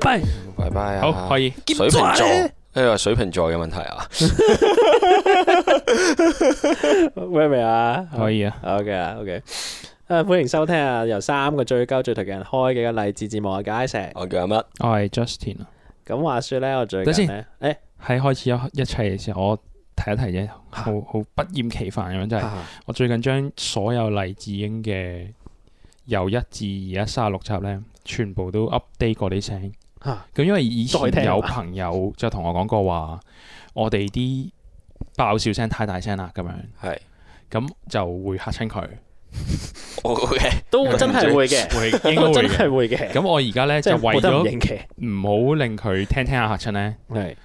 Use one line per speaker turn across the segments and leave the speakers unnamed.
拜。
拜拜啊！
好可以
兼
水 瓶
在
座，
咧
呢個水瓶座嘅問題啊，
喂未啊？
可以啊，
OK 啊，OK。啊，歡迎收聽啊！由三個最高最頹嘅人開嘅一個勵志節目啊，解石。
我叫阿乜？
我係 Justin 啊。
咁話說咧，我最
等
近
先
咧，誒，
喺開始一一切嘅時候，我提一提啫，好好不厭其煩咁樣，就係
啊
我最近將所有黎智英嘅由一至而家三十六集咧，全部都 update 過啲聲。
啊
咁因為以
再聽
前
啊
有朋友就同我講過話，我哋啲爆笑聲太大聲啦，咁樣
係
咁就會嚇親佢，
我嘅
都哦真係會嘅，
會應 該
都真
會
係
嘅。
會嘅。
咁我而家咧
即
就
係
為
冇得唔
咗
認嘅，
唔好令佢聽聽下嚇親咧，
係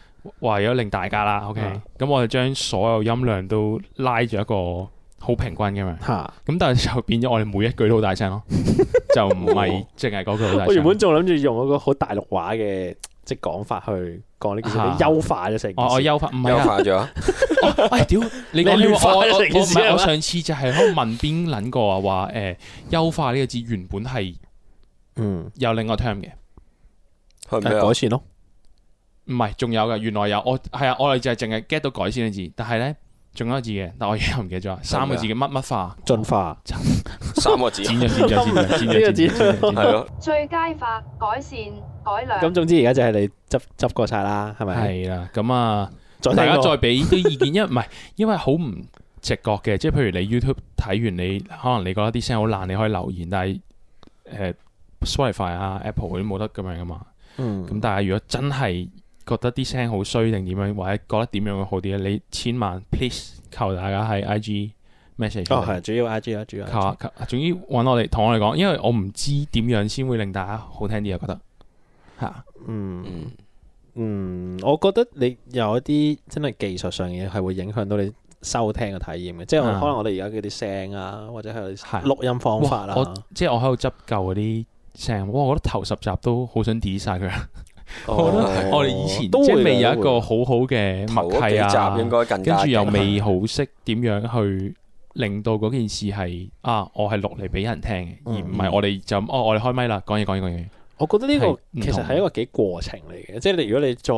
為咗令大家啦，OK，
啊
咁我就將所有音量都拉咗一個好平均咁 樣，
嚇。
咁但係就變咗我哋每一句都好大聲 咯，就唔係淨係嗰句好大
我原
聲。
本仲諗住用嗰個好大陸話嘅即係講法去講呢件事，
啊
你優化咗成件
我我
事。
優化唔係
優
啊，
化咗，
我喂屌你
你
講
亂
呢個啊
化
我我
咗
我
成
唔
件事係嘛
係我上次就係喺度問邊撚過啊話誒優化呢個字原本係
嗯，
有另外 term 嘅，
係咩啊
改？善咯，
唔係仲有嘅，原來有我係啊，我哋就係淨係 get 到改善呢字，但係咧仲有一個字嘅，但我而家唔記得咗，三個字嘅乜乜化，
進化。
三個字
剪咗剪 咗剪咗剪咗剪咗剪咗。
係咯，
最佳化、改善、改良。
咁總之而家就係你執執過晒啦，係咪？
系啦，咁啊，
再
大
聽
家
過
再俾啲意見，因為唔係，因為好唔直覺嘅，即係譬如你 YouTube 睇完你，可能你覺得啲聲好爛，你可以留言，但係诶、呃 Spotify 啊、Apple 嗰啲冇得咁樣噶嘛。
嗯
咁但係如果真係覺得啲聲好衰定點樣，或者覺得點樣會好啲咧，你千萬 please 求大家喺 IG message
哦
我哋
係主要 I G 啦，主要啊 IG
求下，求總之揾我哋同我哋講，因為我唔知點樣先會令大家好聽啲啊，覺得吓
嗯。
嗯，
嗯，我覺得你有一啲真係技術上嘅嘢係會影響到你收聽嘅體驗嘅，即係我
啊
可能我哋而家嗰啲聲啊，或者係我哋
係
錄音方法啊啦
哇，我即係我喺度執舊嗰啲聲，哇！我覺得頭十集都好想 delete 晒佢。啊我覺
得
我哋以前
哦都會
即
嘅
係未有一
都
個
會
好好嘅
嗯頭
默
嗰
契啊
幾集，應該更
跟
加
住又
勁啊
未好識點樣去令到嗰件事係啊，我係錄嚟俾人聽嘅，而
嗯
唔係我哋就咁哦，我哋開麥啦，講嘢講嘢講嘢。
我覺得呢
係
個
唔
其實
同
係一個幾過程嚟嘅，即係你如果你再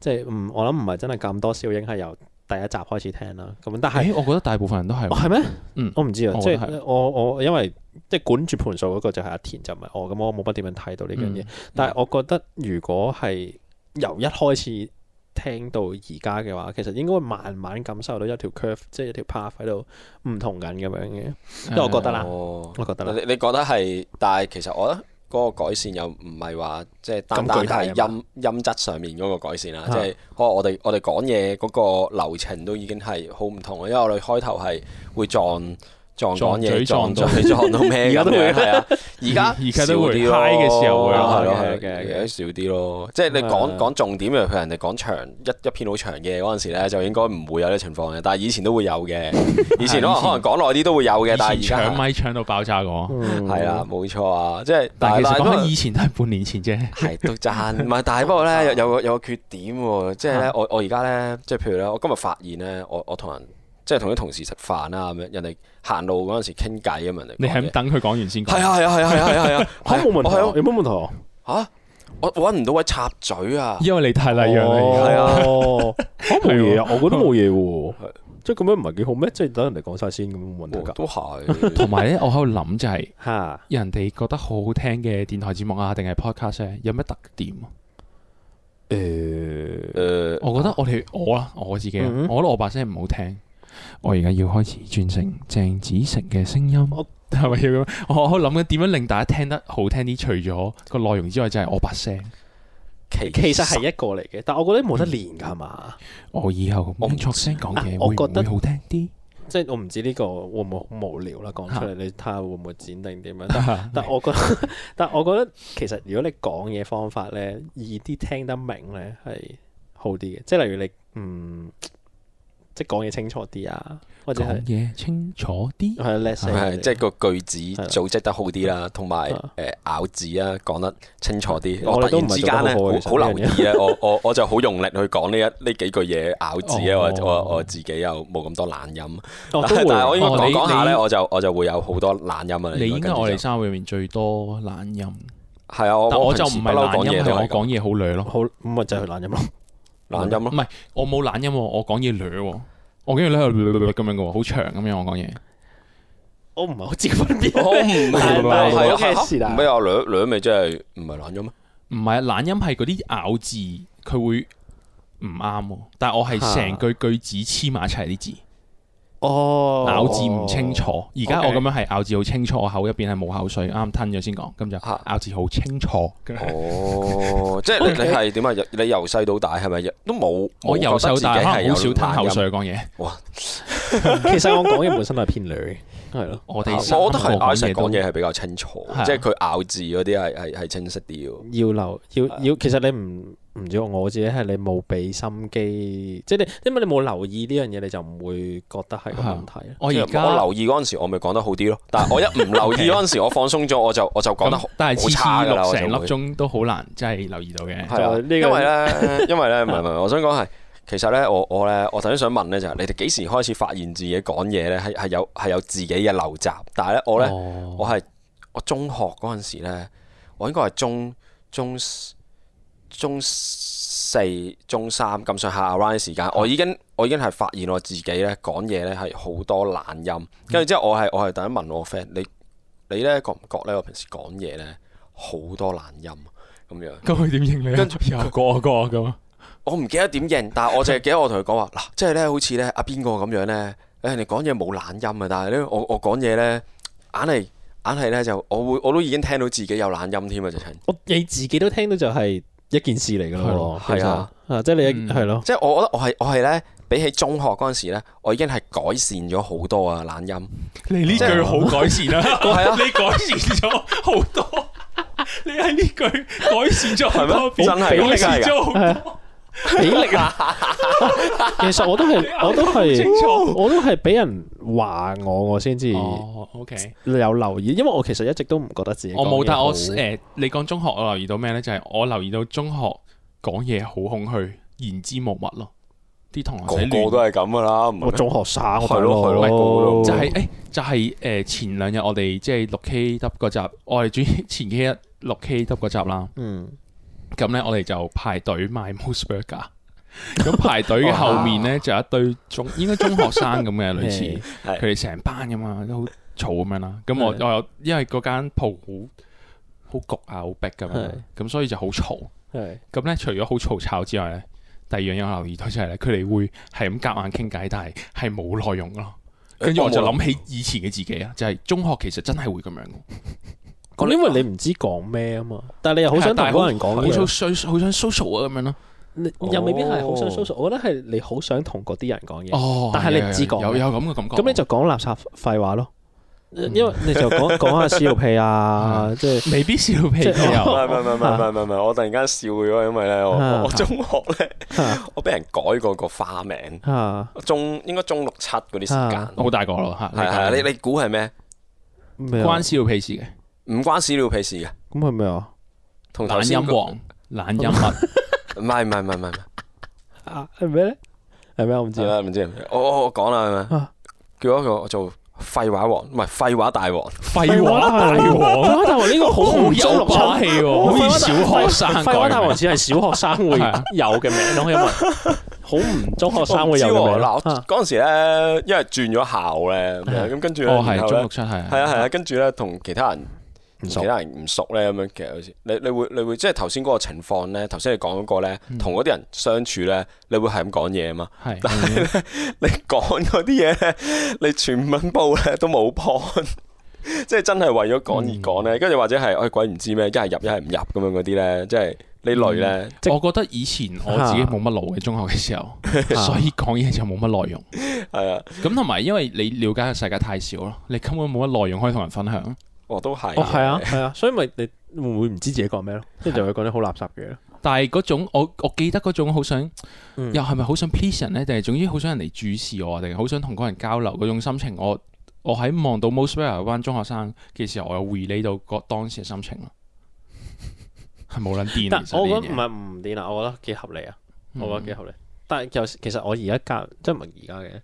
即係嗯，我諗唔係真係咁多消影係由第一集開始聽啦，咁但係
誒，我覺得大部分人都係
哦係咩？
嗯
我唔知啊，
我
即
覺得係
係我我因為即係管住盤數嗰個就係阿田就唔係我，咁我冇乜點樣睇到呢樣嘢。
嗯
但係我覺得如果係由一開始聽到而家嘅話，其實應該會慢慢感受到一條 curve，即係一條 path 喺度唔同緊咁樣嘅。因為 我覺得啦，
哦
我覺得
你
啦，
你覺得係，但係其實我覺得嗰個改善又唔係話即係單
咁
單
具體
係
啊
音音質上面嗰個改善啦，
啊
即係可能我哋我哋講嘢嗰個流程都已經係好唔同啊，因為我哋開頭係會撞撞講
撞
嘢
嘴
撞
撞
嘴撞到咩
而家
咁
都會
樣係啊，而家
而家都會
少啲咯
high 嘅時候會
咯
係咯
係嘅
係咯
嘅
而家少啲咯，即係你
咁啊
講講重點，譬如人哋講長一一篇好長嘅嗰陣時咧，就應該唔會有呢情況嘅，但係以前都會有嘅，以前可能
以前
可能講耐啲都會有嘅，但係
以
而
前
家
搶咪搶到爆炸
哦
過，
係啦，，冇錯啊，即係
嗯但係其實
都
講緊
係
以前都係半年前啫。
係都爭，唔係，但係不過 咧有有個有個缺點喎，即係咧我我而家咧，即係譬如咧，我今日發現咧，我我同人即係同啲同事食飯啊咁樣，人哋行路嗰陣時傾偈啊咁人哋講嘢，
你係咁等佢講完先講。
係啊係啊係啊係啊係啊 係啊，
嚇冇問題
我係
啊，
啊
有冇問題啊？
嚇，我揾唔到位插嘴啊！
因為你太禮讓啦，
係啊
哦，嚇冇嘢啊，我覺得冇嘢喎。即係咁樣唔係幾好咩？即係等人哋講晒先咁冇問題㗎。
都係
同埋咧，我喺度諗就係。
嚇，
人哋覺得好好聽嘅電台節目啊，定係 podcast 咧，有咩特點啊？
誒，
誒，
我覺得我哋我啦，我自己啊，
嗯
我覺得我把聲唔好聽，我而家要開始轉成鄭子誠嘅聲音
我，
係咪要咁？我我諗緊點樣令大家聽得好聽啲，除咗個內容之外，就係我把聲。
其
其實係一個嚟嘅，但我覺得冇得練㗎係嘛？
我以後
我唔
用作聲講嘢
啊我
會
覺
唔
得
會好聽啲？
即係我唔知呢個會唔會好無聊啦，講出嚟你睇下會唔會剪定點樣。但但我覺得， 但我覺得其實如果你講嘢方法咧，易啲聽得明咧係好啲嘅。即係例如你嗯，即係講嘢清楚啲啊，或者
講
係
嘢清楚啲。
係 less
啊係即係個句子
係啦
組織得好啲
啊
啦，同埋
係
誒咬字啊講得清楚啲。
我哋
我突
都唔
然
係
之
做得
間咧，
好好嘅
好
其實
好
呢樣
留意 咧，我我我就好用力去講呢一呢幾句嘢咬字啊，
哦
我我我自己又冇咁多懶音，
哦
但
都會
係但係我應該
哦
講
你
講下咧，
你
我就我就會有好多懶音啊。
你應
應該
該係我
跟住
哋
就
三個裏面最多懶音，
係啊，我
但我就唔
平時
係
不嬲
懶
講
音，
嘢
係
都
我
係咁
講嘢好攣咯，
好咁咪就係懶音咯。
懶音 咯
唔。係我冇懶音喎，我講嘢攣喎，我跟住咧咁樣嘅喎，好長咁樣我講嘢，
我唔係好知個分別。
我唔明
但
係
啊，係啊，
但係
嚇
是但
唔係啊，兩兩咪真係唔係懶 音咩？
唔係啊懶音係嗰啲咬字佢會唔啱喎，但係我係成句句子黐埋一齊啲字，
哦，
咬字唔清楚。。而家
OK
我咁樣係咬字好清楚，我口入邊係冇口水，啱吞咗先講，咁就
嚇
咬字好清楚。
哦，即係你
Okay
你係點啊？由你由細到大係咪日都冇？
我由細到大可能好少吞口水講嘢。
哇！
其實我講嘢本身都係偏女嘅，係咯。
我哋
我
三
我覺得係
個
阿石
都
講嘢係比較清楚
係啊，
即係佢咬字嗰啲係係係清晰啲喎。
要留要
啊
要，其實你唔唔知我自己係你冇俾心機，即係你因為你冇留意呢樣嘢，你就唔會覺得係個問題咯。
我
即係
而家
我留意嗰陣時，我咪講得好啲咯。但係我一唔留意嗰陣時，我放鬆咗，我就我就講得好
咁但係次
好
次
差㗎啦。
錄
我就
成粒
會
鐘都好難，真係留意到嘅。
係啊，
就呢個
因為咧，因為咧，唔係唔係，我想講係，其實咧，我我咧，我頭先想問咧就係，你哋幾時開始發現自己講嘢咧係係有係有自己嘅陋習？但係咧，我咧，
哦
我係我中學嗰陣時咧，我應該係中中中四、中三咁上下 around 啲時間，我已經我已經係發現我自己咧講嘢咧係好多懶音，跟住之後我係我係突然問我 friend，你你咧覺唔覺咧我平時講嘢咧好多懶音咁樣？
咁佢點應你啊？
跟住
又過過啊咁。
我唔記得點認，但係我淨係記得我同佢講話嗱，即係咧好似咧阿邊個咁樣咧，誒人哋講嘢冇懶音啊，但係咧我我講嘢咧硬係硬係咧就我會我都已經聽到自己有懶音添啊，直情。
我你自己都聽到就係一件事嚟㗎
係
咯
咯
喎，
係啊
其實，啊即係你
嗯
一係 咯，
即係我覺得我係我係咧，比起中學嗰陣時咧，我已經係改善咗好多啊懶音。
你呢句好改善 啦，
係啊
你改善咗好多。你喺呢句改善咗好多，
係咩真係㗎
改善咗好
係啊
多，
比力啊！ 其實我都係我都
清
係
楚。
我都係俾人話我，我先至有
哦，OK，
留意，因為我其實一直都唔覺得自己
我冇，
講嘢
但
好
我誒，你講中學，我留意到咩咧？就係我留意到中學講嘢好空虛，言之無物咯。啲同學仔亂
係咁噶啦，唔
我中學生我
係咯
大佬
係
嗯
咯
就係、誒、就係、誒前兩日我哋即係六 K 得嗰集，我哋主 前幾日六 K 得嗰集啦。
嗯
咁咧我哋就排隊買 Moose Burger。咁 排隊嘅後面咧就有一堆中應該中學生咁嘅 類似，
係
佢哋成班咁嘛，都好嘈咁樣啦。咁我
係
我有因為嗰間鋪好好焗啊，好逼咁樣
係，
咁所以就好嘈。
係
咁咧，除咗好嘈吵之外咧，第二樣嘢我留意到就係咧，佢哋會係咁夾硬傾偈，但係係冇內容咯。跟住我就諗起以前嘅自己啊，就係中學其實真係會咁樣嘅，
咁因為你唔知講咩啊嘛，但係你又好想同
但係好
嗰個人講
好想
嘢，
social 好想 social 啊咁樣咯。
你
哦
又未必係好想 social，我覺得係你好想同嗰啲人講嘢，
哦，啊
但係你唔知講
有有有咁嘅感覺。
咁你就講垃圾廢話咯，因為你就講講下屎尿屁啊，即 係
未必笑屁啊
即係
唔
又
係唔係唔係唔係唔係唔係，我突然間笑咗，因為咧
啊
我我中學咧，
嚇
我俾人改過個花名，
嚇
中應該中六七嗰啲時間
啊。
好大個咯嚇。
係係，啊你你估係咩？
咩啊
關？笑屁事嘅
唔關屎尿屁事嘅，
咁係咩啊？
同頭
懶
先
音
個
王、懶音物，
唔係唔係唔係唔係。
啊係咩咧？係咩？我唔知
知
啊。
啦，唔知係咪我我我講啦，係咪
啊？
叫嗰個做廢話王，唔係廢話大王，
廢話大
廢
王，
話大王呢個好
好
唔中啊
有
六
霸氣喎，好似小學生
廢話大王
改
只係小學生會
係啊
有嘅名咯，因為好唔中學生會有
我
嘅名
唔知喎嗱，
咯。
我
啊
嗰陣時咧，因為轉咗校咧，咁
係啊
樣咁跟住
名。
咧，
哦，係
然後
中
咧
六，七係
係啊係啊，跟住咧同其他人
唔
同
熟
其他人唔熟咧，咁樣其實好似你你會你會即係頭先嗰個情況咧，頭先你講嗰個咧，同嗰啲人相處咧，你會係咁講嘢啊嘛，
係
但係咧你講嗰啲嘢咧，你全文部咧都冇 point。即 係真係為咗講而講咧，跟住或者係，哎鬼唔知咩，一係入一係唔入咁樣嗰啲咧，即係呢類咧，
即
我覺得以前我自己冇乜腦嘅中學嘅時候，
啊
所以講嘢就冇乜內容。
係啊，
咁同埋因為你了解嘅世界太少咯，你根本冇乜內容可以同人分享。
我都係。
哦，係啊，係啊，所以咪你會唔會唔知自己講咩咯？即係就會講啲好垃圾嘅嘢咯。
但係嗰種我我記得嗰種好想，
嗯
又係咪好想 please 人呢？定係總之好想人哋注視我，定係好想同嗰人交流嗰種心情？我我喺望到 most w e l 班中學生嘅時候，我有 relate 到個當時嘅心情咯，係冇撚癲
但
啊。其
我覺得唔
實呢樣嘢
係唔掂啊，我覺得幾合理啊，
嗯
我覺得幾合理。但係有時其實我而家教即係唔係而家嘅，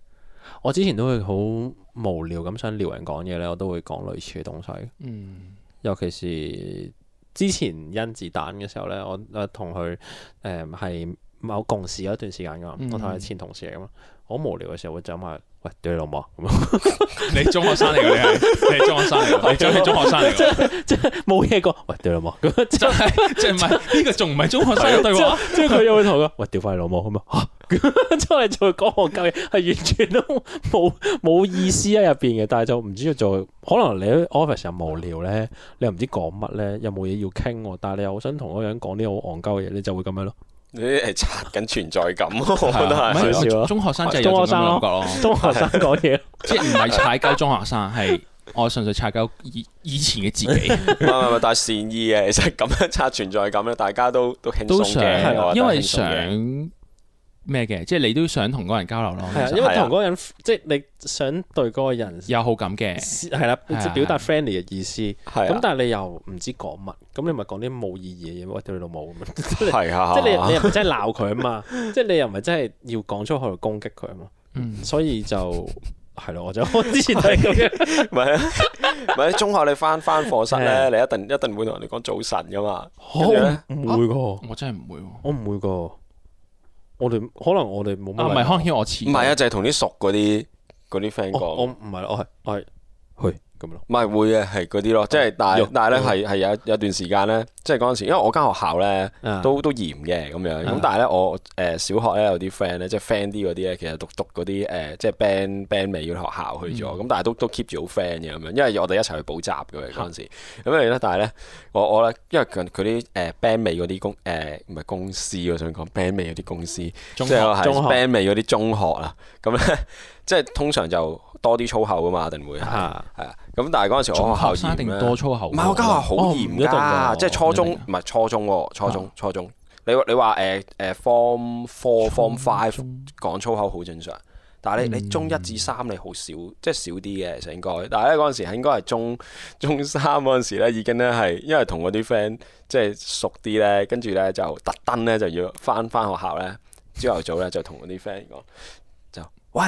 我之前都會好無聊咁想撩人講嘢咧，我都會講類似嘅東西。
嗯
尤其是之前甄子丹嘅時候咧，我我同佢誒係某共事咗一段時間噶，
嗯
我同佢前同事嚟噶嘛。我好無聊嘅時候會走埋，喂，屌你老母啊咁樣
你中學生嚟嘅，你係你係中學生嚟嘅，你真係中學生嚟嘅，
即係冇嘢講，喂，屌你老母咁樣。即
真係即係唔係呢個仲唔係中學生嘅對
之後
話？
之後佢又會同我講：喂，屌翻你老母咁啊！ 嚇咁之後你就會講我鳩嘢，係完全都冇 冇意思喺入邊嘅。但係就唔知道做，可能你喺 office 又無聊咧，你又唔知講乜咧，又冇嘢要傾喎。但係你又好想同嗰個人講啲好戇鳩嘅嘢，你就會咁樣 咯。
你係刷緊存在感，我覺得
啊
係
係少
唔
少
係
咯
中學生就係有種咁嘅感覺咯，
中學生講嘢，
即係唔係踩鳩中學生，係我純粹踩鳩以以前嘅自己。
唔係唔係，但係善意嘅，其實咁樣刷存在感咧，大家都都輕
都
鬆
想啊
嘅，我覺得，
因為
輕鬆
想
嘅
咩嘅，即係你都想同嗰個人交流咯，
係啊，
其實
因為同嗰個人即係你想對嗰個人
有好感嘅，
係啦，即係表達 friendly 嘅意思。
係
咁
啊
但係你又唔知講乜，咁你咪講啲冇意義嘅嘢，喂，屌你老母咁樣。
係啊，
即係你你又唔係真係鬧佢啊嘛， 即係你又唔係真係要講粗口去攻擊佢啊嘛，
嗯，
所以就係咯，我就 我之前都係咁樣，
唔係啊，唔係啊中學你翻翻課室
係啊
咧，你一定一定會同人哋講早晨噶嘛，跟住咧
我唔會噶，
我真係唔會喎，
啊
我唔會噶，我哋可能我哋冇乜
啊，唔係康軒我似，
唔係啊，，就係同啲熟嗰啲嗰啲 friend
我我
講，
唔係我係我係去咁咯，
唔係會嘅，係嗰啲咯，即係但
哦肉
係但係咧係係有一有一段時間咧，即係嗰陣時，因為我間學校咧
啊
都都嚴嘅咁樣，
啊
咁但係咧我誒小學咧有啲 friend 咧，即係 friend 啲嗰啲咧，其實讀讀嗰啲誒即係 band band 尾嗰啲學校
嗯
去咗，咁但係都都 keep 住好 friend 嘅咁樣，因為我哋一齊去補習嘅嗰陣時，
啊
咁樣咧，但係咧我我咧，因為佢佢啲誒 band 尾嗰啲公誒唔係公司，我想講 band 尾嗰啲公司。
中
即係
學
係
中學
band 味嗰啲中學啊，咁咧即係通常就多啲粗口噶嘛，一定會係
嚇
係啊。咁但係嗰陣時我
中
學校
學生一定
嚴
多
咧，
粗口
唔
喎，
係我間學校好
哦唔一定
嚴
㗎
噶，即係初中
唔一定
唔係初中喎，初
啊
中初中。你你話誒誒 form four form five 講粗口好正常，但
嗯
係你你中一至三你好少，即係少啲嘅，其實應該。但係咧嗰陣時係應該係中 中三嗰陣時咧，已經咧係因為同我啲 friend 即係熟啲咧，跟住咧就特登咧就要翻翻學校咧，朝頭早咧就同我啲 friend 講就喂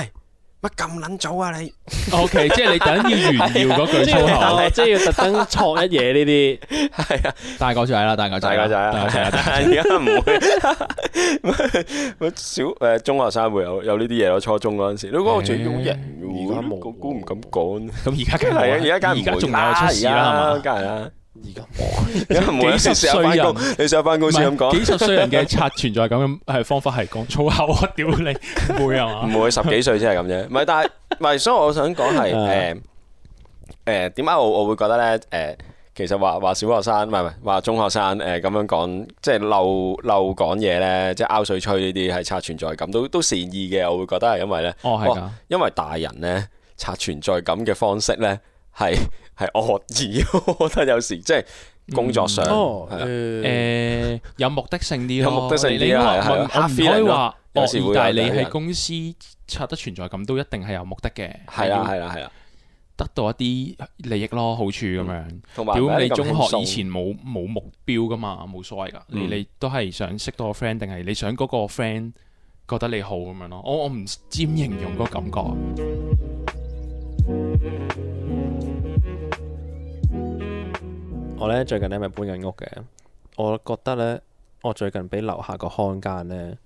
乜咁撚早啊你，
，OK，即係你等於炫耀嗰句
即 係
粗
要
啊
口，
哦 即係要特登錯一嘢呢啲，
係啊
大個仔啦，大個仔
大啊家
啦，
就
大個
係
仔 啦，
而家唔會小誒中學生會有有呢啲嘢咯，初中嗰陣時，你嗰個最好人
而家冇
我估唔敢講。
咁而家
係
梗
啊，而
係
家梗係唔會啊
而家仲有出事啦，
而
係
家
嘛？
梗係啦，
而家
而家唔會啦
幾十
你成日
歲
翻
人
工，你成日翻工先咁
唔係
講，
幾十歲人嘅刷存在感嘅係方法係講粗口，我屌你唔會啊 嘛？
唔會十幾歲先係咁 啫。唔係，但係唔係，所以我想講係
啊
誒誒點解我我會覺得咧誒、其實話話小學生唔係唔係話中學生誒咁樣講，即係漏漏講嘢咧，即係拗水吹呢啲係刷存在感，都都善意嘅。我會覺得係因為咧，
哦，係㗎。
因為大人咧刷存在感嘅方式咧係 係惡意， 我覺得有時即係工作上
哦
係啊
嗯誒有目的性啲咯，
有目的性啲啊
你你唔好話
係啊
我
係啊
我唔可以
feeling
話
咯有時會
惡
有
意，但係
有
你
人
喺公司刷得存在感都一定係有目的嘅，
係
要
啦係啊啦係啦。
得到一啲利益咯、好處咁樣。
同埋
屌
唔係
你
一個咁輕
中學
鬆
以前冇冇目標噶嘛，冇所謂噶，你
嗯
你都係想識到個 friend，定係你想嗰個 friend 覺得你好咁樣咯？我我唔知點形容個感覺。
我咧最近咧咪搬緊屋嘅，我覺得咧，我最近俾樓下個看更咧，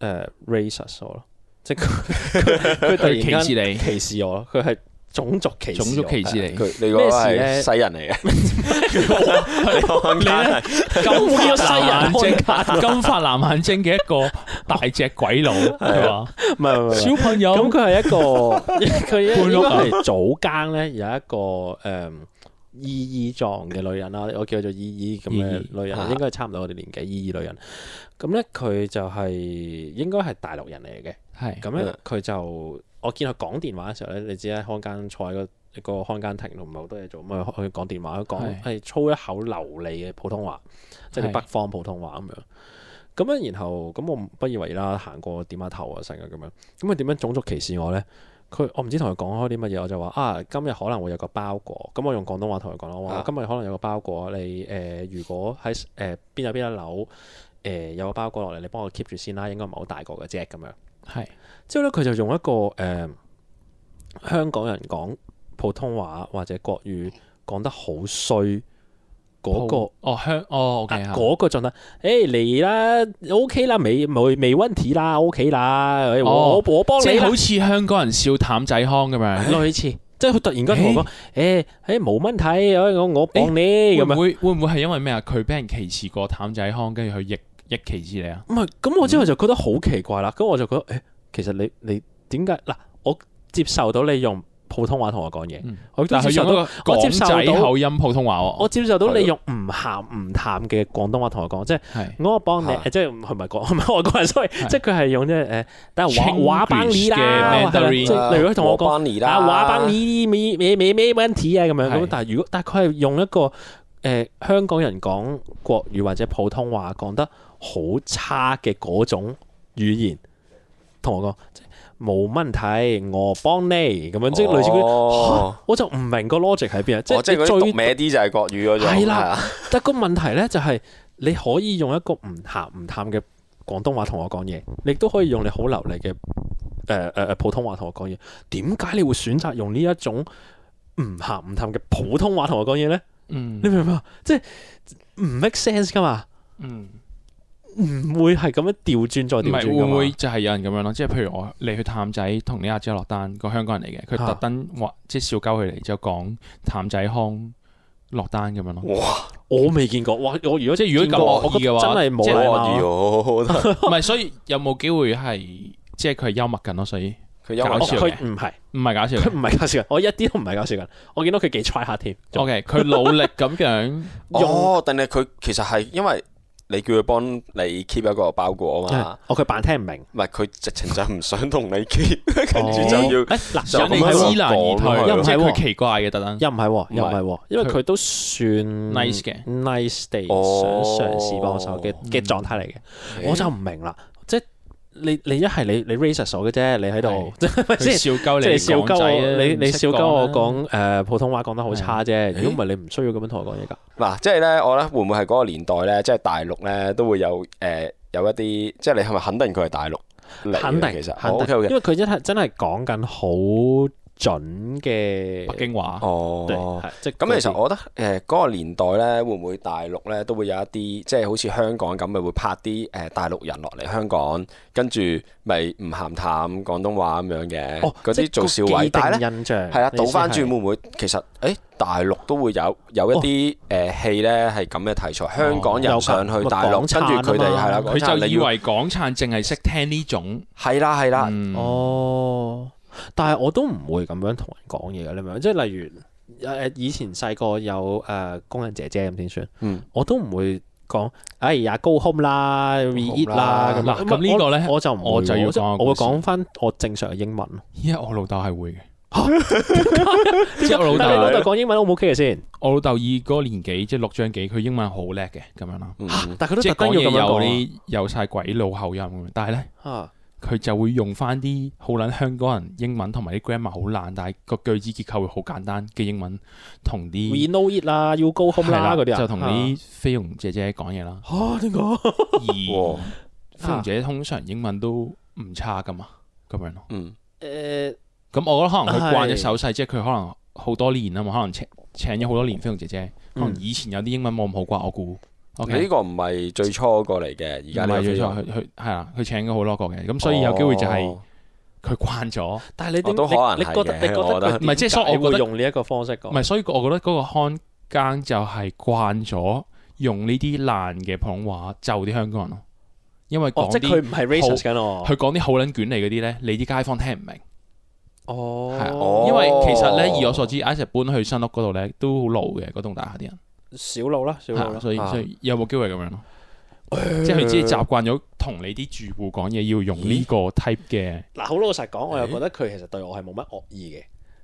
誒 racist 我咯，即係佢 佢佢突
佢
然
歧
間
視你
歧視我咯，佢係種族歧視我，
種族歧視你
佢你嗰
咩
個
事咧
係西人嚟嘅，你講緊係
金髮藍眼睛，金髮藍眼睛嘅一個大隻鬼佬，係嘛？
唔係唔係唔係
小朋友
咁佢係一個 佢
搬
應
屋
該
啊
係早更咧有一個誒、姨姨狀嘅女人啦，我叫佢做姨姨咁嘅
姨
女人，
啊
應該係差唔多我哋年紀姨姨女人。咁咧佢就係、應該係大陸人嚟嘅，
係
咁咧
嗯
佢就我見佢講電話嘅時候咧，你知啦，看更坐喺個一個看更亭度，唔係好多嘢做，咁啊佢講電話，佢
係
講係粗一口流利嘅普通話，即係啲
係
北方普通話咁樣。咁樣然後咁我不以為意啦，行過點下頭啊成啊咁樣。咁佢點樣種族歧視我咧？佢我唔知同佢講開啲乜嘢，我就話啊，今日可能會有個包裹。咁我用廣東話同佢講啦，我話
啊
今日可能有個包裹，你誒、呃如果喺誒邊有邊一樓誒、呃有個包裹落嚟，你幫我 keep 住先啦，應該唔係好大個嘅啫咁樣。
係
之後咧，佢就用一個誒、呃香港人講普通話或者國語講得好衰嗰個
哦香哦 OK
啊
啊，
嗰個狀態，誒嚟啦，OK 啦，未冇未問題啦，OK 啦，誒我
哦
我我幫
即
你
係
啦
好似香港人笑淡仔腔咁樣。
類似，即係佢突然間同我講，誒誒冇問題，我我幫你
會
咁
唔
樣。
會會唔會係因為咩啊？佢俾人歧視過淡仔腔，跟住佢逆逆歧視你啊？
唔係，咁我之後就覺得好奇怪啦。咁我就覺得，誒、其實你你點解嗱？我接受到你用普通話同我講嘢，
嗯
我都
但係
接受
佢用一
到，
個港仔口音普通話
我
喎，
接受到你用唔鹹唔淡嘅廣東話同我講，即係
係
我幫你，
係
誒即係佢唔係講，唔係外國人，sorry，即係佢係用即係誒，但係話
Chinglish
話班你啦，
嘅
係啦
Mandarin
即係如果佢同我講。
講
啊，話班你咩咩咩咩問題啊咁樣咁
係，
但係如果但係佢係用一個誒、呃香港人講國語或者普通話講得好差嘅嗰種語言，同我講即係冇問題，我幫你咁樣，即係類似嗰啲。
哦
嚇我就唔明個 logic 喺邊啊！即
哦，即
係
係嗰
你
啲
最
讀歪啲就係國語嗰種，
係啦
係啊，
但個問題咧就係、你可以用一個唔鹹唔淡嘅廣東話同我講嘢，你亦都可以用你好流利嘅誒誒誒普通話同我講嘢。點解你會選擇用呢一種唔鹹唔淡嘅普通話同我講嘢咧？
嗯
你明唔明啊？即係唔 make sense 噶嘛，
嗯，
唔會係咁樣調轉啊再
唔
調轉
係會
噶
唔
嘛
會。就係有人咁樣咯？即係譬如我你去探仔同你阿姐落單，個香港人嚟嘅，佢
啊
特登話即係笑鳩佢嚟，就講探仔腔落單咁樣 咯。
哇，
我未見過，哇！我如果
即係如果咁
我
惡意嘅話
真係
即
冇禮
係我
貌啊。
我覺得
唔係，所以有冇機會係即係佢係幽默緊咯？所以
佢因
哦
搞
為
笑嘅
佢唔係，
唔係搞笑
佢
嘅。
唔係搞笑緊，我一啲都唔係搞笑緊。我見到佢幾 try 下添。
O K，佢努力 咁樣，
用
哦，但係佢其實係因為你叫佢幫你 keep 一個包裹啊嘛
哦，，佢扮聽唔明。
唔係佢直情就唔想同你 keep，跟
哦
住就要
誒嗱，
就
引你
咁樣
知難而退，
又唔係
即係
喎
佢奇怪嘅特登。
又唔係喎，
唔係
又唔係喎，因為佢都算
nice 嘅
nice 地
哦
想嘗試幫手嘅嘅
嗯
狀態嚟嘅，我就唔明啦，即係你你一係你你 racist 我嘅啫，你喺度
係
即係咪
佢
先？
笑鳩
即係
你，
你笑鳩我，
啊
你你笑鳩我
講，
講誒普通話講得好差啫，如果唔係你唔需要咁樣同我講嘢㗎。
嗱，即係咧，我咧會唔會係嗰個年代咧，即係大陸咧都會有誒有一啲，即係你係咪肯定佢係大陸嚟嘅？
肯定，
其實哦
肯
O K
定
O，
因
K，
為佢真係真係講緊好準嘅
北京話，
對
哦。
係即係嗰
咁其實
啲
我覺得誒呃嗰、個年代咧，會唔會大陸咧都會有一啲即係好似香港咁，咪會拍啲誒、呃大陸人落嚟香港，跟住咪唔鹹淡廣東話咁樣嘅，
哦
嗰
即
啲
係
做
個
笑位。
既
但係咧
定印象
係啊，倒翻轉
你
會唔會其實誒、大陸都會有有一啲誒、戲咧係咁嘅題材，香港
有
人
㗎
上去大陸，
咪港產啊
跟住佢哋
嘛
係啦，港產
佢就
你
以
要
為港產淨係識聽呢種。
係啦係啦，
嗯
哦，但係我都唔會咁樣同人講嘢嘅，你明唔明？即係例如誒、呃以前細個有誒、呃工人姐姐咁先算，
嗯
我都唔會講哎呀高 home 啦，read 啦咁
嗱
樣。
咁呢個呢
我我就唔會喎
我就要
即係
講個
我會
故事
講翻我正常嘅英文咯。
依家我老豆係 會嘅，即係我
但係你
老
老
豆，
豆講英文 O 唔 OK 嘅先？
我老豆以嗰個年紀即係六張幾，佢英文好叻嘅咁樣啦，
嗯
啊但係佢都
即
特
係講
登要咁
嘢
樣
有
講
啲有晒鬼佬口音咁樣，但係咧
啊啊
佢就會用翻啲好撚香港人英文同埋啲 grammar 好爛，但係個句子結構會好簡單嘅英文，同
，we
啲
know it 啦，要高 home 啦嗰啲啊，
就同啲菲傭姐姐講嘢啦。
嚇點解？
而
哇
菲傭姐姐通常英文都唔差噶嘛，咁樣咯。
嗯，
誒
咁我覺得可能佢慣
係
咗手勢，即係佢可能好多年啊嘛，可能請請咗好多年菲傭姐姐，
嗯
可能以前有啲英文冇咁好啩，我估。O
你呢
K，
個唔係最初嗰個嚟嘅，而
而
家呢
家
個
你最初
飛
佢佢係啊，佢請咗好多個嘅，咁所以有機會就係
哦
佢慣咗，唔
但係你點
我都可能
你你覺得
係嘅
你覺
我覺
得
得
佢
唔係即係所以我覺得
點解會用呢一個方式講
係，所以我覺得嗰個看更就係慣咗用呢啲爛嘅普通話就啲香港人咯，因為
哦，
講
即係佢
啲
唔係 racist 緊我
佢。講啲好撚卷嚟嗰啲咧，你啲街坊聽唔明。
哦
係啊
哦
因為其實咧，以我所知，一直搬去新屋嗰度咧，都好老嘅嗰棟大廈啲人
小路啦，小
係
路
啊，
啦。
所以
啊
所以有冇機會咁樣咯？即係佢只係習慣咗同你啲住戶講嘢要用呢個 type 嘅，
嗱，好老實講，我又覺得佢其實對我係冇乜惡意嘅，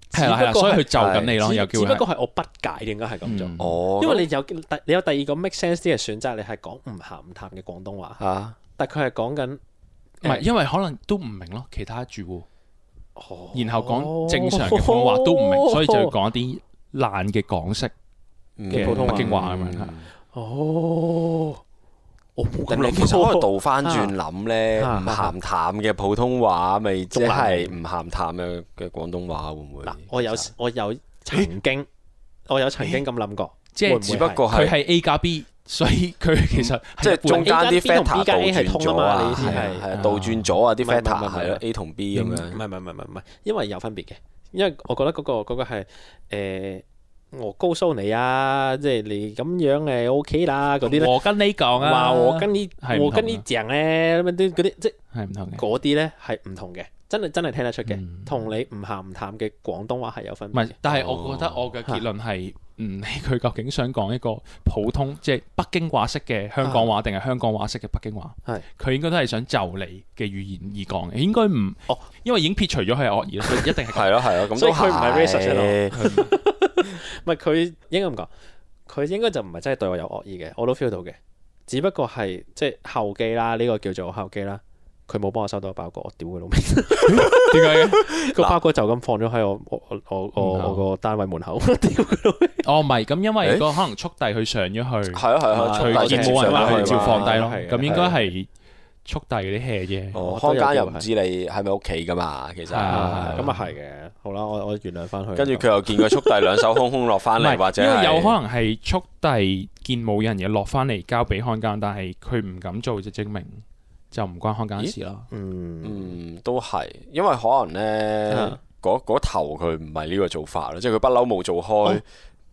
只
係啦係啦，
不過
所以
係
佢就緊你咯，
只
有機
只
會
不過
係。
係我不解點解係咁做
嗯，
哦，
因為你有第你有第二個 make sense 啲嘅選擇，你係講唔鹹唔淡嘅廣東話，
嚇
但佢係講緊
唔係因為可能都唔明咯，其他住戶，
哦
然後講正常嘅普通話都唔明，所以就要講啲爛嘅港式嘅
普通話
北京話咁樣。係
嗯
哦，我冇咁
但你
諗
其實可
過。
以倒翻轉諗咧，
啊
唔鹹淡嘅普通話咪即
中
係
文
唔鹹淡嘅嘅廣東話會唔會？
嗱，我有我有曾經我有曾經咁諗過，
即
會唔
係
會
只不過
佢
係
係 A 加 B，所以佢
嗯
其實
即係
係
中間啲
啊 A 加 B 同 B
factor 倒
加 A 係
轉
通啊
咗
嘛
啊，
你意思
係啊
係
係啊倒轉咗啊啲
唔係唔係
factor
唔係
係
唔係
咯 A 同 B 咁
唔
樣，
係唔係唔係唔係唔係，因為有分別嘅，因為我覺得嗰、個嗰、個係、呃、我高蘇你啊，即係你咁樣誒 OK 啦嗰啲咧，
我跟你講啊，
話我跟呢
係唔同
我跟呢正咧咁樣啲嗰啲，即係
係唔同嘅，
嗰啲咧係唔同嘅，真係真係聽得出嘅
嗯，
同、你唔鹹唔淡嘅廣東話係有分
唔
別
係
嘅。，
但係我
哦
覺得我嘅結論係唔理佢究竟想講一個普通即係北京話式嘅香港話，定係香港話式嘅北京話
係，
佢應該都係想就你嘅語言而講嘅，應該唔
哦，
因為已經撇除咗佢係惡意啦，所以一 定係咁
係咯係咯，咁
所
都
以佢唔係 racist
係
喺。唔係佢應該咁講，佢應該就唔係真係對我有惡意嘅，我都 feel 到嘅。只不過係即係後記啦，呢、個叫做後記啦。佢冇幫我收到個包裹，我屌佢老味！
點解嘅？
個包裹就咁放咗喺我我我我我我個單位門口， 屌佢老味！
哦，唔係咁，因為
誒
個可能速遞佢上咗去，
係啊係啊，
係
速遞
佢見
直接
冇人
上
話
咗
佢
去
照
嘛
放低咯
係，啊
咁應該係速遞嗰啲 hea 啫。
哦，
我
康
都有
家又
叫
唔
係
知你係咪屋企噶嘛，其實。
係啊
咁啊係嘅，好啦，我我原諒翻佢。
跟住佢又見佢速遞兩手空空落翻
唔
嚟，
係
或者
因
係
為有可能係速遞見冇人嘢落翻嚟交俾看更，但係佢唔敢做就證明就唔關看更事啦。
嗯
嗯都係，因為可能咧
啊
嗰嗰頭佢唔係呢個做法咯，即係佢不嬲冇做開，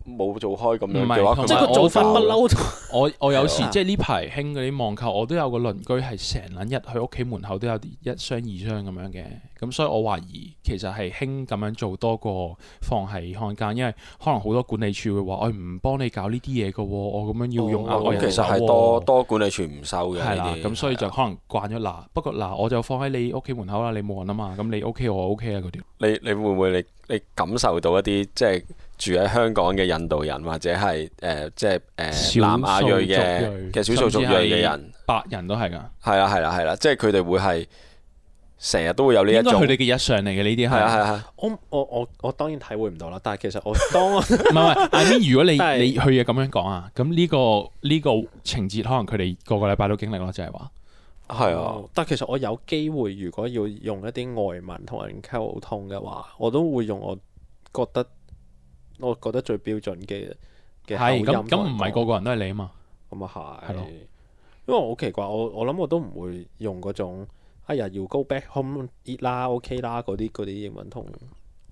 冇做開咁樣
唔係
嘅話，
哦
佢
同埋
即係
咪
佢做法不嬲都
我我有時
係啊
即係呢排興嗰啲網購，我都有個鄰居係成撚日去屋企門口都有啲一箱二箱咁樣嘅，咁所以我懷疑其實係興咁樣做多過放喺看更，因為可能好多管理處會話：我哎唔幫你搞呢啲嘢嘅喎，我咁樣要用額
哦
外
咁
人
其
手
實
喎
係多多管理處唔收嘅
係啦，
呢啲啊
咁所以就可能慣咗嗱。不過嗱，我就放喺你屋企門口啦，你冇人啊嘛，咁你 OK 我 OK 啊嗰啲。
你你會唔會你你感受到一啲即係住喺香港嘅印度人或者係誒即係誒
少
南亞
數
裔
族
嘅
裔
嘅少數族裔
甚至係
嘅人，
白人都係㗎，
係啊啦係啦係啦，即係佢哋會係成日都會有呢一
應該
種
佢哋嘅日常嚟嘅呢啲
係啊係
係。
啊。
我我我我當然體會唔到啦，但係其實我 當我
唔係唔係，I mean 如果
但係
你你去嘢咁樣講啊，咁呢個呢個情節可能佢哋個個禮拜都經歷咯，就係話
係啊，
哦但其實我有機會，如果要用一啲外文同人溝通嘅話，我都會用我覺得我覺得最標準嘅嘅口
係
音
咁咁
同人
唔係
講
個個人都係你啊嘛，
咁啊係
係咯，
因為我好奇怪，我我諗我都唔會用嗰種哎呀要 go back home eat 啦 OK 啦嗰啲嗰啲英文同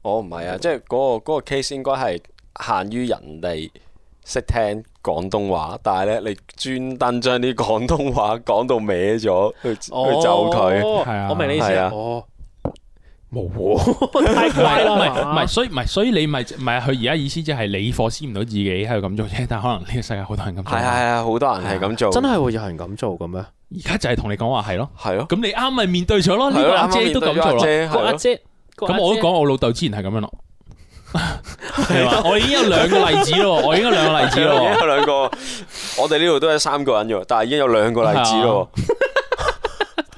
我唔係啊，即係嗰個嗰個 case 應該係限於人哋識聽廣東話，但係咧你專登將啲廣東話講到歪咗去去走佢，
哦
係啊
我明你意思
係
啊
啊
哦，
冇喎，
太
唔
怪
係
啦
唔係
嘛
唔係，所以唔係所以你咪唔係佢而家意思即係你貨思唔到自己喺度咁做啫，但係可能呢個世界好多人咁做，啊
係係係，好多人係咁做，
真係會有人咁做嘅咩？
而家就係同你講話係咯，
係咯，
咁你啱咪面對咗哦咯，呢
係
個
咯
阿姐都咁
啱啱
做咯，
面對咗
個
阿
阿
姐係咯
姐，個阿
咁我都
姐
講我老豆之前係 咁樣咯，係嘛？ 我已經有兩個例子 咯，我已經有兩個例子
已經
咯，
有 兩個，我哋呢度都係三個人啫喎，但係已經有兩個例子咯，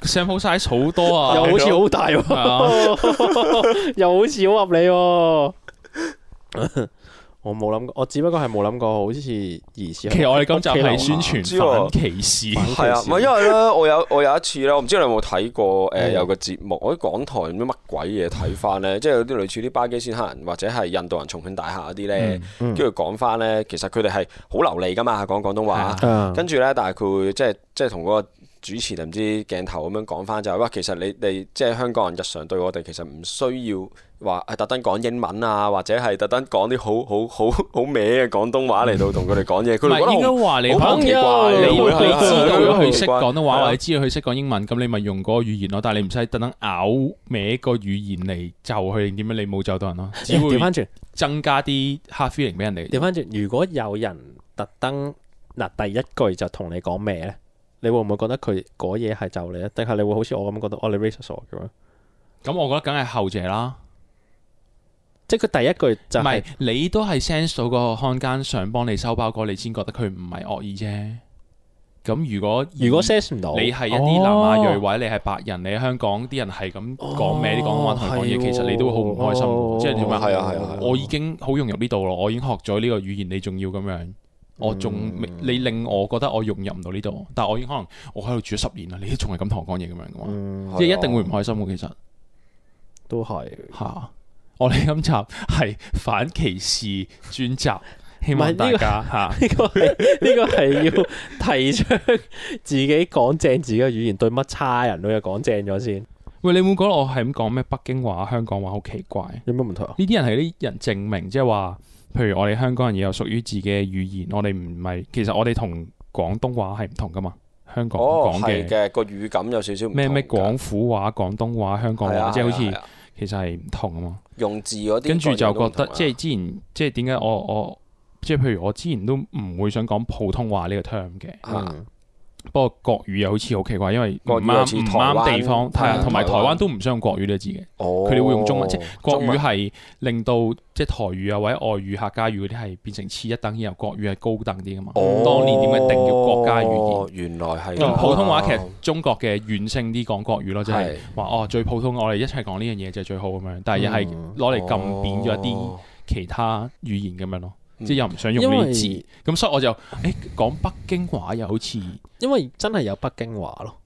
，sample size 好多啊，
又好似好大
係啊
喎，又好似好合理喎。 我冇諗過，我只不過係冇諗過，好似疑似。
其實我哋今集
啊
係宣
知喎
傳反歧視，
反
係啊，唔係因為咧，我有我有一次咧，我唔知你有冇睇過誒
嗯
有個節目，我喺港台唔知乜鬼嘢睇翻咧，即係有啲類似啲巴基斯坦人或者係印度人重慶大廈嗰啲咧。
嗯
跟住講翻呢，其實佢哋係好流利噶嘛，講廣東
係
話
啊。
啊
跟住呢，但係佢會即係即係同嗰個主持定唔知鏡頭咁樣講翻就係、哇，其實你哋即係香港人日常對我哋其實唔需要話係特登講英文啊，或者係特登講啲好好好好歪嘅廣東話嚟到同佢哋講嘢，
唔
佢哋覺
係應
得好
該話你可
好
能
好奇怪
好
嘅，
奇怪
你
會係啊
會你知道
係啊好
咗佢
奇
識
怪
講廣東
係
話
啊
或者知道佢識講英文，咁你咪用嗰個語言咯。但係你唔使特登咬歪個語言嚟就佢定點樣，你冇就到人咯，只
調
會
翻轉，
增加啲 hard feeling 俾人哋。
調翻轉。如果有人特登嗱第一句就同你講咩咧，你會唔會覺得佢嗰嘢係就你啊咧？定係你會好似我咁覺得，哦你 racist 我咁樣？
咁我覺得梗係後者啦，
即係佢第一句
唔
就
係
係
你都係 sense 到個看更想幫你收包裹，你先覺得佢唔係惡意啫。咁如果
如果 sense 唔到，
你係一啲南亞裔
哦
或者你係白人，你喺香港啲人係咁講咩啲廣東話同你講
哦
嘢，其實你都會好唔開心
係喎
嘅。即係點
話
啊？
係啊係啊係啊
我已經好融入呢度咯，我已經學咗呢個語言，你仲要咁樣，我仲未你令我覺得我融入唔到呢度，但係我已經可能我喺度住咗十年啦，你都仲係咁同我講嘢咁樣嘅嘛，
嗯
即
啊
係一定會唔開心嘅。其實
都係。
嚇，我哋今集係反歧視專集，希
唔係
望
呢
大
個
家吓
呢個係呢個係要提倡自己講正自己嘅語言，對乜差人都要講正咗先，
喂，你冇覺得我係咁講咩北京話、香港話好奇怪？
有咩問題啊？
呢啲人係啲人證明，即係話，譬如我哋香港人也有屬於自己嘅語言，我哋唔係其實我哋同廣東話係唔同噶嘛。香港
哦，
講
係
嘅
嘅，個語感有少少唔
咩
同
咩
㗎
廣府話、廣東話、香港
係啊
話，即係
係
好
啊
似
係啊
其實係唔同啊嘛。
用字嗰啲，
跟住就覺
啊
得，即係之前，即係點解我我即係譬如我之前都唔會想講普通話呢個 term 嘅，
係
不過國語又好似好奇怪，因為唔
國語好
啱
似
唔
台灣
啱地方，係
係
啊
啊，
同埋
台
台
灣
灣都唔想用國語呢個字嘅。
佢
佢哋會用中文，即係國
哦中文
語係令到即係台語啊或者外語、客家語嗰啲係變成次一等，然後國語係高等啲噶嘛。
哦
當年點解定叫國家語
言？
言？
原來係
咁
哦
普通話其實中國嘅軟性啲講國語咯，即係
係
話哦最普通，我哋一齊講呢樣嘢就係最好咁樣，但係又係
嗯
攞嚟撳扁咗一
哦
啲其他語言咁樣咯，即係又唔想用呢
因為
啲字，咁所以我就誒講北京話又好似
因為真係有北京話咯，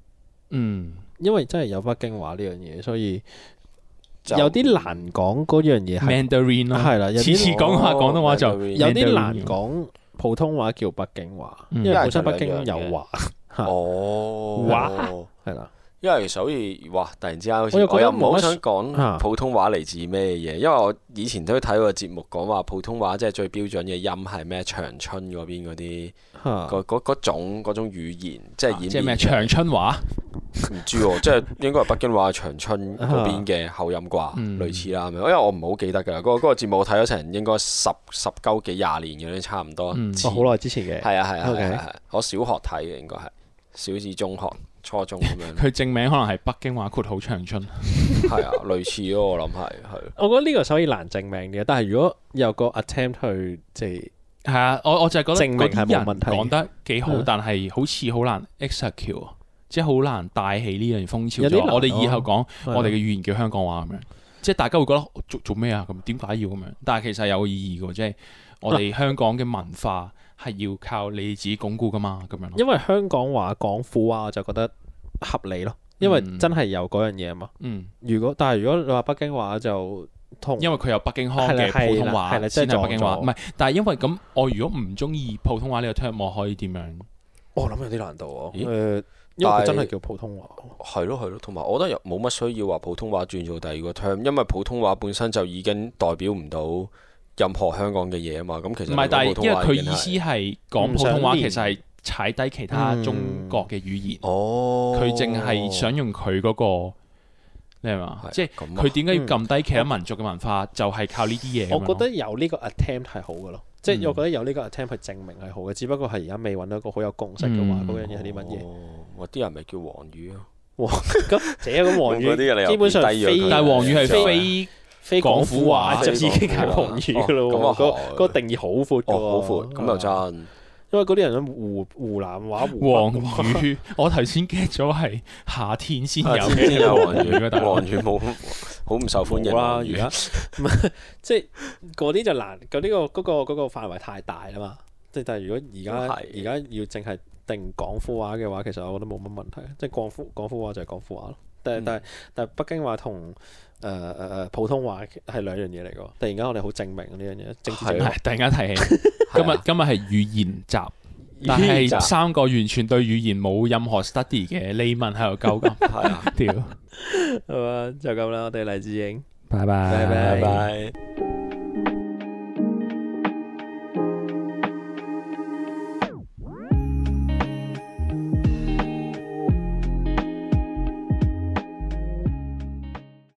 嗯
因為真係有北京話呢樣嘢，所以
就
有啲難講嗰樣嘢係
Mandarin 咯，
係啦有啲
次次講下廣東話就
哦，Mandarin
有啲
Mandarin
難講普通話叫北京話，
嗯
因為本身
因為
北
佢兩
京
樣嘅
有話
啊
哦，
哇係啦，
因為所以哇，突然之間好似
我又覺得
我又唔係好
冇乜
想講
啊
普通話嚟自咩嘢，因為我以前都睇過節目講話普通話即係最標準嘅音係咩長春嗰邊嗰啲
嚇
嗰嗰嗰種嗰種語言，即係演
啊即係嗯
變
咩
嘅
長春話？
唔知喎， 即係應該係北京話長春嗰邊嘅口音啩，
嗯
類似啦咁樣。因為我唔好記得㗎，嗰、個嗰個節目我睇咗成應該十十鳩幾廿年嘅咧，差唔多。
嗯
哦好耐之前嘅，
係啊係啊
OK
係啊係啊，我小學睇嘅應該係小至中學、初中咁 樣，
佢正名可能係北京話括號長春，
係啊，類似咯，我諗係係。
我覺得呢個所以難證明嘅，但係如果有個 attempt 去即係
係啊，我我就係覺得
證明
嗰
係
啲人
冇問題
講得幾好
嗯，
但係好似好難 execute，啊即係好難帶起呢樣風潮
有啲
咗。
難
我哋以後講
係啊
我哋嘅語言叫香港話咁樣，即係大家會覺得做做咩啊？咁點解要咁樣？但係其實有意義嘅喎，即係我哋香港嘅文化係要靠你自己鞏固噶嘛，咁樣咯。
因為香港話講苦話，我就覺得合理咯，因為
嗯
真係有嗰樣嘢嘛。
嗯，
如果但係如果你話北京話就同
因為佢有北京腔
哦係啦
嘅普通話
係啦係啦
先
即係
係北京話，
撞咗
唔係。但係因為咁，我如果唔中意普通話呢個 term，我可以點樣？
哦我諗有啲難度喎、
咦
誒呃因為
但係
佢真係叫普通話。
係咯係咯，同埋我覺得又冇乜需要話普通話轉做第二個 term，因為普通話本身就已經代表唔到任何香港嘅嘢啊嘛。咁其實
唔係，但
普
係
通
因為
話
佢
已經
意
係
思係講普通話，其實係踩低其他中國嘅語言，
哦，
佢淨係想用佢嗰個，你明嘛？
係
即係
咁啊
佢點解要撳低其他民族嘅文化，就係靠呢啲嘢咁樣咯。
我覺得有呢個 attempt 係好嘅咯，即
嗯
係我覺得有呢個 attempt 去證明係好嘅，只不過係而家未揾到一個好有共識嘅話，
嗯
嗰樣嘢係啲乜嘢？
哦哇啲人咪叫黃魚啊？
咁這咁黃
嗰啲人
語
又
基本上
貶低咗佢
非
但係黃宇係
非
非
非廣府話
廣府話
就已經係黃語嘅
啊哦咁啊
咯喎，
係
嗰嗰個定義好闊嘅喎，
哦，好闊，咁又
係啊
真。
因為嗰啲人湖湖南話、湖北
黃
話
魚，我頭先 get 咗係夏天先有
啊天
嘅
有
黃
黃
魚
魚，
大佬
黃魚冇好唔受歡迎
冇啦，
啊黃
而
魚
家 唔係即係嗰啲就難，嗰、呢個嗰、個嗰、個範圍太大啦嘛。即係但係如果而家
都
而
係
家要淨係定廣府話嘅話，其實我覺得冇乜問題。啊即係廣府廣府話就係廣府話咯。但
嗯
係、但係但係北京話同誒誒誒普通話係兩樣嘢嚟㗎喎。突然間我哋好證明呢樣嘢，政治正
係
確
係突然間提起，今日今日係語言集。但係三個完全對語言冇任何 study 嘅 layman 喺度鳩
係 啊，
咁，屌，
係嘛？就咁啦，我哋黎智英。
拜拜
拜拜
拜拜。